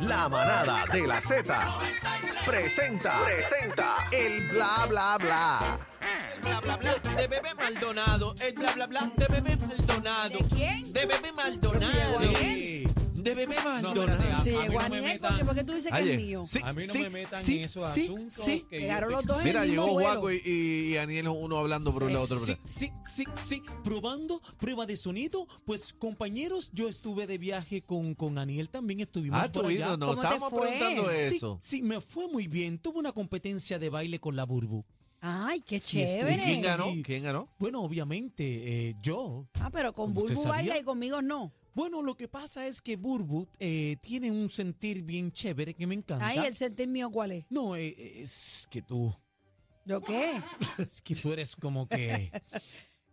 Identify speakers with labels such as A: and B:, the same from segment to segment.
A: La manada de la Z presenta, presenta el bla bla bla.
B: bla bla bla de bebé Maldonado. El bla bla bla de bebé Maldonado.
C: ¿De quién?
B: De bebé Maldonado.
C: Pero si llegó Aniel.
B: De bebé
D: espérate,
B: Maldonado.
D: a-
C: Sí,
D: mí
C: llegó
D: no me
C: Aniel,
D: metan-
C: porque porque tú dices que
E: Oye,
C: es mío.
E: sí,
D: A mí no
E: sí,
D: me metan
E: sí,
D: en esos
E: sí,
D: asuntos.
E: sí.
D: que yo
C: Llegaron
D: te-
C: los dos en
E: Mira,
C: el mismo
E: llegó Juaco
C: vuelo.
E: y, y- y Aniel, uno hablando por el otro.
D: Sí, sí, sí, sí. Probando, prueba de sonido. Pues compañeros, yo estuve de viaje con, con Aniel también, estuvimos
E: Ah,
D: por
E: tú
D: allá.
E: vino, nos
C: ¿Cómo te
E: estábamos
C: fue?
E: preguntando
D: Sí,
E: eso.
D: Sí, me fue muy bien. Tuve una competencia de baile con la Burbu.
C: Ay, qué
D: Sí, estuvo
E: ¿Y quién
D: bien.
C: chévere.
E: ganó?
D: Sí.
E: ¿Quién ganó?
D: Bueno, obviamente, eh, yo.
C: Ah, pero con
D: ¿Usted
C: Bulbu
D: sabía?
C: baila y conmigo no.
D: Bueno, lo que pasa es que Burbu eh, tiene un sentir bien chévere que me encanta.
C: Ay, el sentir mío, ¿cuál es?
D: No, eh, es que tú,
C: ¿Yo qué?
D: es que tú eres como que...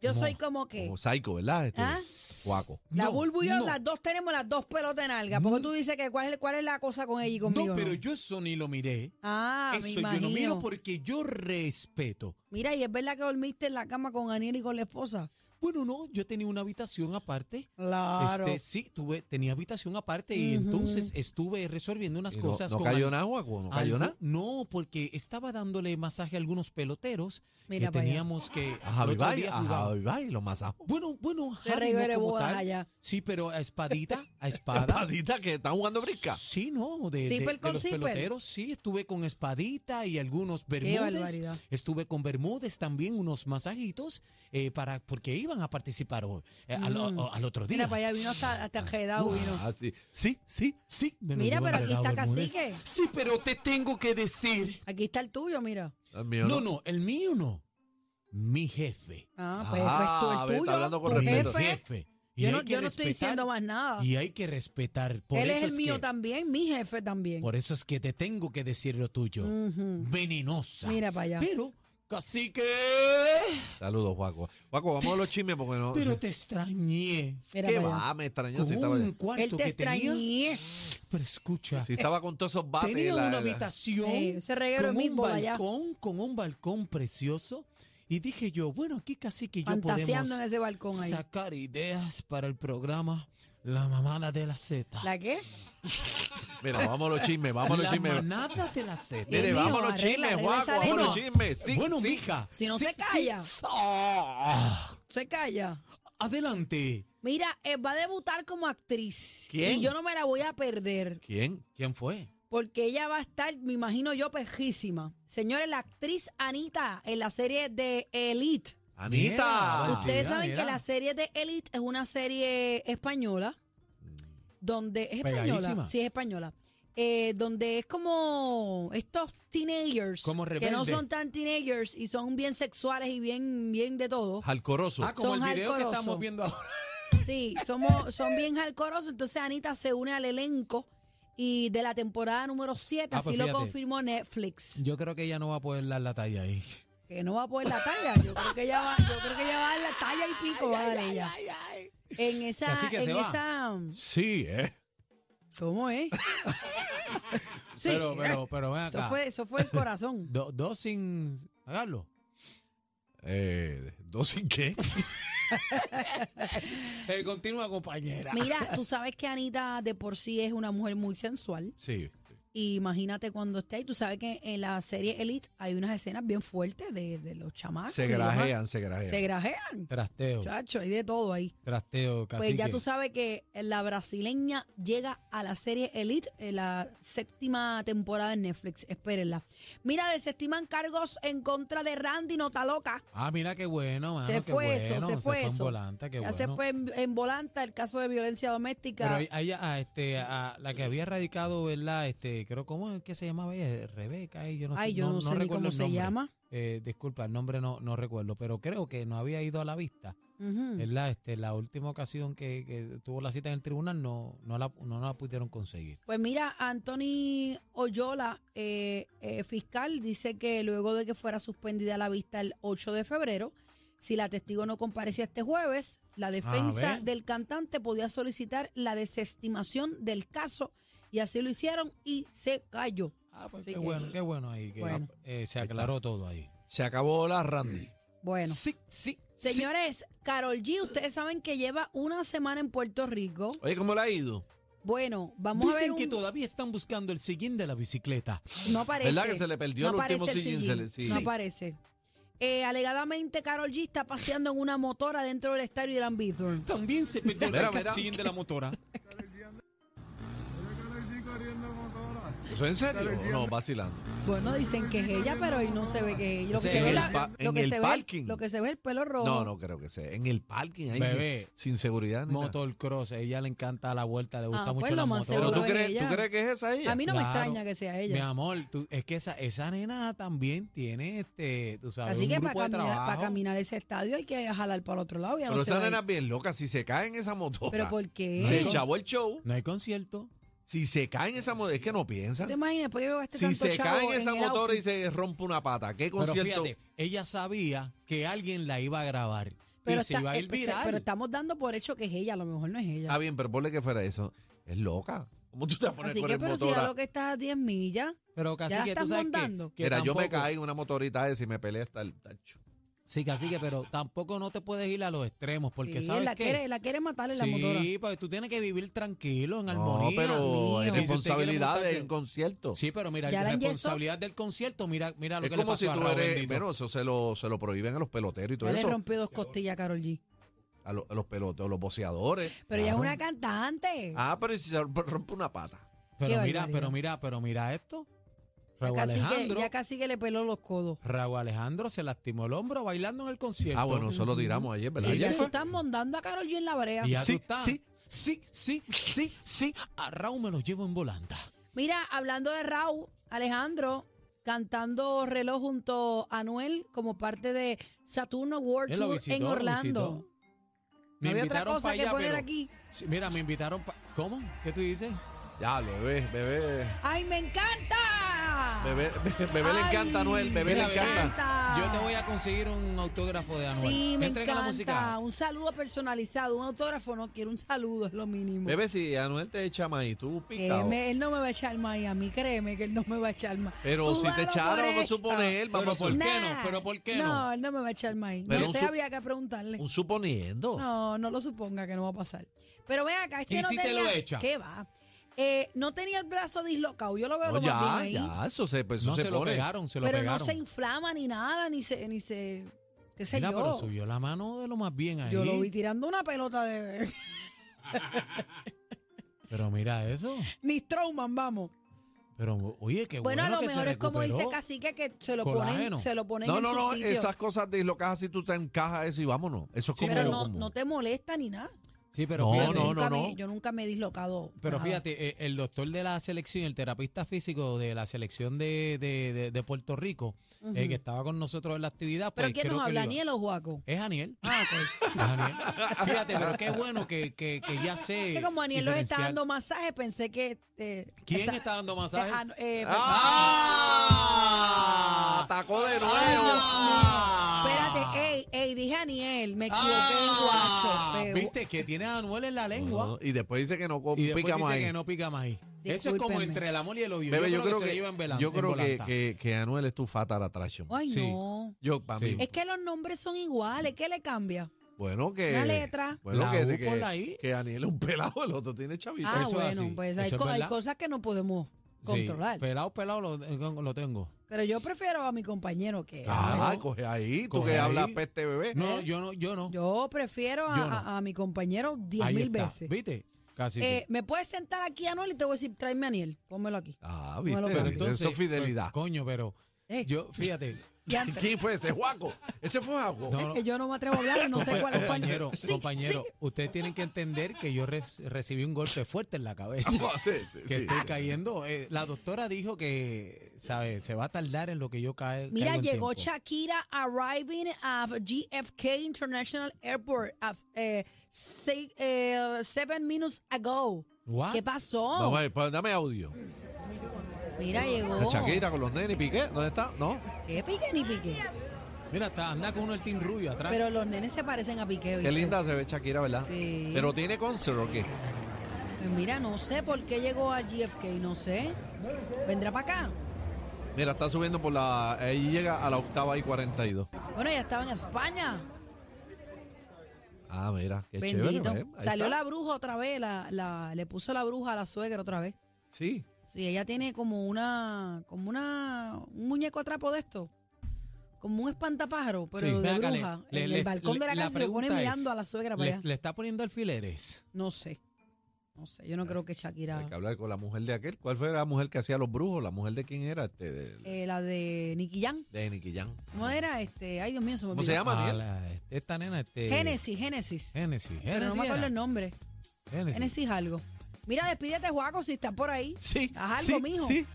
C: Yo
D: Mo-
C: soy como que.
E: Como psycho, ¿verdad? Este
C: ¿Ah?
E: es Juaco.
C: La
D: No,
C: Bulbu y yo,
D: no.
C: las dos tenemos las dos pelotas en alga. Porque
D: No.
C: tú dices que cuál, es- cuál es la cosa con ella y conmigo.
D: no, pero yo eso ni lo miré.
C: Ah, me
D: Eso yo no
C: imagino.
D: miro porque yo respeto.
C: Mira, y es verdad que dormiste en la cama con Aniel y con la esposa.
D: Bueno, no, yo tenía una habitación aparte.
C: Claro.
D: Este, sí, tuve, tenía habitación aparte y entonces estuve resolviendo unas
E: Y no-
D: cosas.
E: ¿No
D: con
E: cayó
D: al-
E: nada, Juaco? ¿No
D: algo-
E: cayó nada?
D: No, porque estaba dándole masaje a algunos peloteros
C: Mira
D: que
C: para allá.
D: teníamos que.
E: A Javi
D: el otro
E: Bay,
D: día
E: a
D: jugaba.
E: Javi Bay, lo masajó.
D: Bueno, bueno,
C: Te
D: Javi, no
C: reguere
D: como
C: bodas
D: tal.
C: allá.
D: Sí, pero a espadita, a espada.
E: Padita que está jugando brisca.
D: Sí, no, de, de,
C: Zipper
D: de
C: con
D: los
C: zipper.
D: peloteros, sí, estuve con Espadita y algunos Bermúdez,
C: barbaridad.
D: estuve con Bermúdez también, unos masajitos, eh, para, porque iban a participar hoy, eh, al, o- al otro día.
C: Mm. Mira, para allá vino hasta, hasta enredado, vino.
E: Ah, sí.
D: Sí, sí, sí. me lo
C: Mira,
D: llevo
C: pero aquí
D: enredado
C: está
D: Bermúdez.
C: Cacique.
D: Sí, pero te tengo que decir.
C: Aquí está el tuyo, mira.
E: El Ah, mío
D: No, no, el mío no, mi jefe.
C: Ah, pues,
E: Ah,
C: pues tú,
E: a
C: el
E: ver,
C: tuyo,
E: está hablando con
C: tu
E: respeto.
C: jefe.
D: jefe. Y
C: Yo
D: hay
C: no,
D: que
C: yo no estoy
D: respetar,
C: diciendo más nada.
D: Y hay que respetar. Por
C: Él
D: eso
C: es el mío
D: que,
C: también, mi jefe también.
D: Por eso es que te tengo que decir lo tuyo. Venenosa.
C: Mira para allá.
D: Pero, casi que.
E: Saludos, Juaco. Juaco, vamos a los chismes porque no.
D: Pero te extrañé.
C: Mira
E: ¿Qué
C: para allá.
E: va? Me extrañó
D: Con
E: si estaba,
D: un cuarto
C: Él te
D: que tenía.
C: extrañé.
D: Pero escucha.
E: si estaba con todos esos bates.
D: tenía
E: la-
D: una
E: la-
D: habitación
C: Sí, ese reguero
D: con
C: es
D: un
C: mismo de allá.
D: balcón, con un balcón precioso. Y dije yo, bueno, aquí casi que yo
C: Fantaseando
D: podemos
C: en ese balcón ahí.
D: sacar ideas para el programa La Mamada de la Z.
C: ¿La qué?
E: Mira, vamos a los chismes, vamos a los
D: La
E: chismes.
D: Manada de la Z.
C: Dios
E: Mire,
C: mío,
E: vamos a los
C: arregla,
E: chismes,
C: arregla
E: Juaco,
C: esa
E: vamos a los
C: arena.
E: chismes. Sí,
D: bueno,
E: sí.
D: mija.
C: Si no se calla.
D: Ah,
C: Se calla.
D: adelante.
C: Mira, eh, va a debutar como actriz.
E: ¿Quién?
C: Y yo no me la voy a perder.
E: ¿Quién?
D: ¿Quién fue?
C: Porque ella va a estar, me imagino yo, pejísima. Señores, la actriz Anita en la serie de Elite.
E: Anita.
D: Ah,
C: Ustedes
D: mira,
C: saben
D: mira.
C: que la serie de Elite es una serie española. Donde es española.
D: Pegadísima.
C: Sí, es española. eh, donde es como estos teenagers
D: Como
C: que no
D: rebelde.
C: son tan teenagers y son bien sexuales y bien, bien de todo.
E: Jalcoroso.
D: Ah, como
C: Son
D: el video
C: hardcoreoso.
D: que estamos viendo ahora.
C: Sí, somos, son bien hardcoreosos. Entonces Anita se une al elenco y de la temporada número 7,
D: Ah,
C: así
D: pues
C: lo
D: fíjate.
C: confirmó Netflix.
D: Yo creo que ella no va a poder dar la talla ahí.
C: Que no va a poder la talla. Yo creo que ella va, yo creo que ella va a dar la talla y pico. va a dar ella. En esa,
D: Así que se
C: en
D: va.
C: esa.
E: Sí, ¿eh?
C: ¿Cómo es? sí.
D: Pero, pero, pero ven
C: eso
D: acá.
C: fue, eso fue el corazón.
D: Do- dos sin. Hágalo.
E: eh ¿Dos sin qué?
D: Eh, continúa, compañera.
C: Mira, tú sabes que Anita de por sí es una mujer muy sensual.
E: Sí.
C: Y imagínate cuando esté ahí. Tú sabes que en la serie Elite hay unas escenas bien fuertes de, de los
D: Ah,
C: chamacos.
E: Se
C: y demás.
E: grajean, se grajean.
C: Se grajean.
D: Trasteo.
C: Chacho, hay de todo ahí.
D: Trasteo,
C: Pues
D: casi.
C: ya tú sabes que la brasileña llega a la serie Elite, en la séptima temporada de Netflix. Espérenla. Mira, desestiman cargos en contra de Randy Notaloca.
D: Ah, mira qué bueno, mano.
C: se
D: qué
C: fue
D: bueno,
C: eso, se fue
D: en
C: eso.
D: volanta, qué
C: ya
D: bueno.
C: se fue en, en volanta el caso de violencia doméstica.
D: Pero ella, a este, a la que había radicado, ¿verdad? Este, creo, ¿cómo es que se llamaba ella? Rebeca, y yo no sé.
C: Ay, yo no, sé ni
D: recuerdo
C: cómo
D: el
C: se
D: nombre.
C: llama.
D: Eh, disculpa, el nombre no, no recuerdo, pero creo que no había ido a la vista,
C: Ujú.
D: ¿verdad? Este, la última ocasión que, que tuvo la cita en el tribunal no, no, la, no la pudieron conseguir.
C: Pues mira, Anthony Oyola, eh, eh, fiscal, dice que luego de que fuera suspendida la vista el 8 de febrero, si la testigo no comparecía este jueves, la defensa
D: ver.
C: del cantante podía solicitar la desestimación del caso y así lo hicieron y se cayó.
D: Ah, pues
C: Así
D: qué
C: que-
D: bueno, qué bueno ahí, que
C: Bueno.
D: eh, se aclaró todo ahí.
E: Se acabó la Randy.
C: Bueno,
D: Sí, sí, sí.
C: señores, Carol G, ustedes saben que lleva una semana en Puerto Rico.
E: Oye, ¿cómo le ha ido?
C: Bueno, vamos a ver.
D: Dicen
C: un-
D: que todavía están buscando el sillín de la bicicleta.
C: No aparece.
E: ¿Verdad que se le perdió el último
C: aparece
E: sillín? Se le- sí.
C: No
E: Sí.
C: aparece. Eh, alegadamente, Carol G está paseando en una motora dentro del estadio de Irán Bithorn.
D: También se perdió
E: Mira,
D: el
E: mira.
D: sillín de la motora.
E: ¿Eso es en serio? ¿O No, vacilando.
C: Bueno, dicen que es ella, pero hoy no se ve que es ella. Lo
E: Ese
C: que se
E: en
C: ve
E: el
C: la-
E: pa-
C: lo
E: en
C: que
E: el
C: se ve-
E: parking.
C: Lo que se ve es el pelo rojo.
E: No, no creo que sea. En el parking, ahí
D: Bebé.
E: sin, sin seguridad. ni nada.
D: Motocross, a ella le encanta la vuelta, le gusta
C: Ah,
D: mucho
C: pues
D: la
C: lo más
E: Pero
D: motora.
C: seguro
E: tú
C: es
E: crees,
C: ella.
E: tú crees que es esa ella.
C: A mí no me
D: Claro.
C: extraña que sea
D: Mi
C: ella.
D: amor, tú- es que esa, esa nena también tiene, este, tú sabes,
C: Así
D: un
C: que para
D: grupo de
C: caminar, para
D: trabajo.
C: caminar ese estadio hay que jalar para el otro lado. ya no
E: Pero
C: se
E: esa
C: va a ir.
E: nena es bien loca. Si se cae en esa motora.
C: ¿Pero por qué?
E: Se
D: No.
E: echabó el show.
D: No hay concierto.
E: Si se cae en esa motora, es que no piensan.
C: ¿Te imaginas? Pues yo veo a este
E: Si
C: tanto
E: se
C: chavo
E: cae en esa
C: el
E: motora y
C: outfit.
E: se rompe una pata, ¿qué
D: Pero
E: concierto?
D: fíjate, ella sabía que alguien la iba a grabar
C: Pero
D: y se
C: está-
D: iba a
C: eh,
D: ir
C: pues,
D: viral.
C: pero estamos dando por hecho que es ella, a lo mejor no es ella.
E: Ah, bien, pero ponle que fuera eso. Es loca. ¿Cómo tú te vas a poner
C: Así
E: con
C: que,
E: el
C: pero si ya
E: motora?
C: lo que estás a 10 millas,
D: Pero casi
C: la
D: que tú
C: están
D: sabes que,
C: montando.
D: que
E: Mira, yo me
D: tampoco-
E: caí en una motorita esa y me peleé hasta el tacho.
D: Sí, casi que, pero tampoco no te puedes ir a los extremos, porque
C: sí,
D: sabes
C: la,
D: qué?
C: Quiere, la quiere matar en la motora.
D: sí, pues tú tienes que vivir tranquilo, en
E: No,
D: armonía.
E: pero
C: mío.
E: hay
D: Y si usted
E: responsabilidad
D: quiere montarse-
E: del concierto.
D: Sí, pero mira,
C: Ya
D: la
C: la enyesó.
D: responsabilidad del concierto, mira, mira lo
E: es
D: que le
E: como
D: pasó
E: si
D: a
E: tú
D: Raúl
E: eres.
D: Bendito.
E: Bueno, eso se lo, se lo prohíben a los peloteros y todo
C: Ya le
E: eso.
C: rompió dos costillas a Carol G.
E: A, lo- a los peloteros, los boceadores.
C: Pero ella es una cantante.
E: Ah, pero ¿y si se rompe una pata.
D: Pero
C: Qué
D: mira,
C: barbaridad.
D: pero mira, pero mira esto.
C: ya,
D: Raúl
C: casi que,
D: Alejandro,
C: ya casi que le peló los codos.
D: Raúl Alejandro se lastimó el hombro bailando en el concierto.
E: Ah, bueno, eso lo tiramos ayer, ¿verdad?
C: Y ya
E: Ayer
C: tú
E: fue.
C: estás mondando a Carol G en la brea.
D: Y ya
E: Sí,
D: tú estás.
E: sí.
D: sí, sí, sí, sí. A Raúl me lo llevo en volanda.
C: Mira, hablando de Raúl, Alejandro cantando reloj junto a Anuel como parte de Saturno World
D: Él lo
C: Tour
D: visitó,
C: en
D: lo
C: Orlando.
D: visitó.
C: No había otra
D: invitaron
C: cosa
D: pa'
C: que poner aquí.
D: Sí, mira, me invitaron pa- ¿Cómo? ¿Qué tú dices?
E: Ya, bebé, bebé.
C: ¡Ay, me encanta!
E: Bebé, bebé, le
C: Ay,
E: encanta a Noel, bebé le
C: me
E: encanta.
C: encanta.
D: Yo te voy a conseguir un autógrafo de Anuel.
C: Ah. Sí, me
D: Entrega la música.
C: encanta. Un saludo personalizado, un autógrafo no quiero un saludo, es lo mínimo.
E: Bebé, si Anuel te echa maíz, tú
C: Que
E: picado.
C: me- él no me va a echar maíz a mí, créeme que él no me va a echar maíz.
E: Pero
C: Tú
E: si te
C: dalo
E: echaron,
C: por
E: vamos a
C: hecho.
E: suponer,
D: Pero
E: vamos a
D: ¿por
E: suponer.
D: qué no?
C: Nah,
D: ¿Pero por qué
C: No,
D: no?
C: él no me va a echar maíz.
E: Pero
C: no
E: un
C: sé,
E: su-
C: habría que preguntarle.
E: Un suponiendo.
C: No, no lo suponga que no va a pasar. Pero ven acá, este
D: ¿Y
C: no
D: si te
C: tenía-
D: lo echa?
C: ¿Qué va? Eh, no tenía el brazo dislocado, yo lo veo
E: No,
C: lo más bien
E: ya,
C: ahí.
E: ya, eso se, pues, eso
D: No
E: se,
D: se, lo
E: pone.
D: pegaron, se lo
C: pero
D: pegaron.
C: no se inflama ni nada, ni se, ni se, qué sé
D: Mira,
C: yo.
D: pero subió la mano de lo más bien ahí.
C: Yo lo vi tirando una pelota de...
D: Pero mira eso.
C: ni Strowman, vamos.
D: Pero oye, qué
C: Bueno,
D: bueno.
C: a lo
D: que se
C: mejor es como dice
D: recuperó.
C: Cacique que se lo
D: Colágeno.
C: ponen, se lo ponen
E: No,
C: en
E: no,
C: su
E: no,
C: sitio.
E: esas cosas dislocadas así tú te encajas eso y vámonos. Eso es
D: Sí,
E: como.
C: pero no,
E: como-
C: no te molesta ni nada.
D: Sí, pero
E: No,
D: fíjate.
E: no,
C: nunca
E: no,
C: me-
E: no.
C: yo nunca me he dislocado.
D: Pero
C: nada.
D: fíjate, eh, el doctor de la selección, el terapista físico de la selección de, de- de- de Puerto Rico, eh, que estaba con nosotros en la actividad,
C: ¿Pero
D: pues
C: quién
D: creo
C: nos
D: que le
C: habla?
D: iba-
C: ¿Ni el Juaco?
D: Es Aniel. Ah, Fíjate, pero qué bueno que, que- que ya sé.
C: Que como Daniel los está
D: diferenciar.
C: dando masaje, pensé que. eh,
D: ¿Quién está dando masaje?
C: Eh, ah, no, eh,
E: ¡Ah! Atacó de nuevo.
C: Espérate, ey, ey, dije Aniel, me equivoqué,
D: Ah,
C: guacho. pero-
D: Viste que tiene a Anuel en la lengua.
E: No, y después dice que no co-
D: Y después
E: Pues pica
D: dice
E: maíz.
D: que no pica más ahí. Eso es como
C: Discúlpenme.
D: entre el amor y el odio.
E: Bebé,
D: yo, creo que, se le llevan velando.
E: yo creo que, que, que Anuel es tu fatal attraction.
C: Ay,
E: Sí.
C: no.
E: Yo, para mí.
D: Sí.
C: Es que los nombres son iguales, ¿qué le cambia?
E: Bueno, que.
C: Una letra.
E: Bueno,
D: La
E: que,
D: U
E: que,
D: por la I.
E: que Aniel es un pelado, el otro tiene chavito.
C: Ah,
D: eso es
C: bueno,
D: así,
C: pues
D: eso
C: hay,
D: es
C: co- hay
D: verdad.
C: cosas que no podemos controlar.
D: Pelado, pelado lo, lo tengo.
C: Pero yo prefiero a mi compañero que.
E: Ah, coge ahí, tú
D: Coge
E: que
D: ahí.
E: hablas peste
C: Eh.
E: bebé.
D: No, yo no, yo no.
C: Yo prefiero a,
D: Yo no.
C: a- a mi compañero diez
D: Ahí
C: mil
D: está,
C: veces.
D: ¿Viste? Casi. que-
C: Eh, ¿Me puedes sentar aquí, Anuel? Y te voy a decir, tráeme a Aniel, pónmelo aquí.
E: Ah,
C: No
E: viste,
C: lo creo.
E: viste, eso es fidelidad.
D: pues, coño, pero
C: Eh.
D: yo, fíjate,
C: Y antes,
E: ¿Quién fue ese? Juaco. Ese fue Juaco.
D: No,
C: es que yo no me atrevo a hablar y no sé cuál es cuál.
D: compañero,
C: Sí,
D: compañero,
C: sí.
D: ustedes tienen que entender que yo re- recibí un golpe fuerte en la cabeza.
E: Oh, Sí, sí,
D: que
E: sí.
D: estoy cayendo. Eh, la doctora dijo que, ¿sabes? Se va a tardar en lo que yo cae.
C: Mira,
D: caigo en
C: llegó
D: tiempo.
C: Shakira arriving at GFK International Airport at, eh, sei- eh, seven minutes ago.
D: What?
C: ¿Qué
E: Vamos
C: pasó?
E: a ver, pues, dame audio.
C: Mira, llegó.
E: La Shakira con los nenes, Piqué, ¿dónde está? No.
C: ¿Qué pique ni pique?
D: Mira, está, anda con uno el team rubio atrás.
C: Pero los nenes se parecen a Piqué.
E: Qué
C: ¿viste?
E: linda se ve Shakira, ¿verdad?
C: Sí.
E: Pero tiene concert o qué?
C: Pues mira, no sé por qué llegó a GFK, no sé. ¿Vendrá para acá?
E: Mira, está subiendo por la. Ahí llega a la octava y 42.
C: Bueno, ya estaba en España.
E: Ah, mira, qué
C: Bendito.
E: chévere. ¿eh? Ahí
C: Salió
E: está.
C: la bruja otra vez, la, la- le puso la bruja a la suegra otra vez.
E: Sí.
C: Sí, ella tiene como una, como una, un muñeco atrapo de esto. Como un espantapájaro, pero
D: Sí.
C: de
D: Ven acá, le-
C: bruja.
D: le-
C: en
D: le-
C: el balcón de la,
D: la
C: casa se pone
D: pregunta es,
C: mirando a la suegra para
D: Le,
C: allá.
D: le está poniendo alfileres.
C: No sé. No sé,
D: Ah,
C: yo no creo que Shakira.
E: Hay que hablar con la mujer de aquel. ¿Cuál fue la mujer que hacía los brujos? ¿La mujer de quién era? Este, de,
C: eh, la de Nicky Jam.
E: de Nicky Jam.
C: ¿Cómo era? Este, ay, Dios mío, se me
E: ¿Cómo se
C: olvidó.
E: llama,
D: Ah,
E: Miguel?
D: la- este- esta nena, este.
C: Génesis, Génesis.
D: Génesis.
C: Pero no me acuerdo
D: era.
C: el nombre.
D: Génesis.
C: Génesis algo. Mira, despídete, Juaco, si estás por ahí.
D: Sí.
C: Haz algo,
D: sí,
C: mijo.
D: Sí.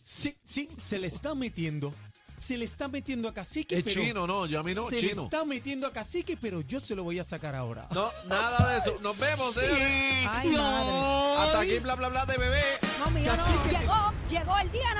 D: Sí, sí, se le está metiendo. Se le está metiendo a Cacique,
E: Es
D: pero
E: chino, no, yo a mí no,
D: se le
E: chino.
D: está metiendo a Cacique, pero yo se lo voy a sacar ahora.
E: No, nada de eso. Nos vemos, señores.
C: Ay, madre.
E: Hasta aquí, bla, bla, bla de bebé.
C: No, mío, no. Llegó, llegó el día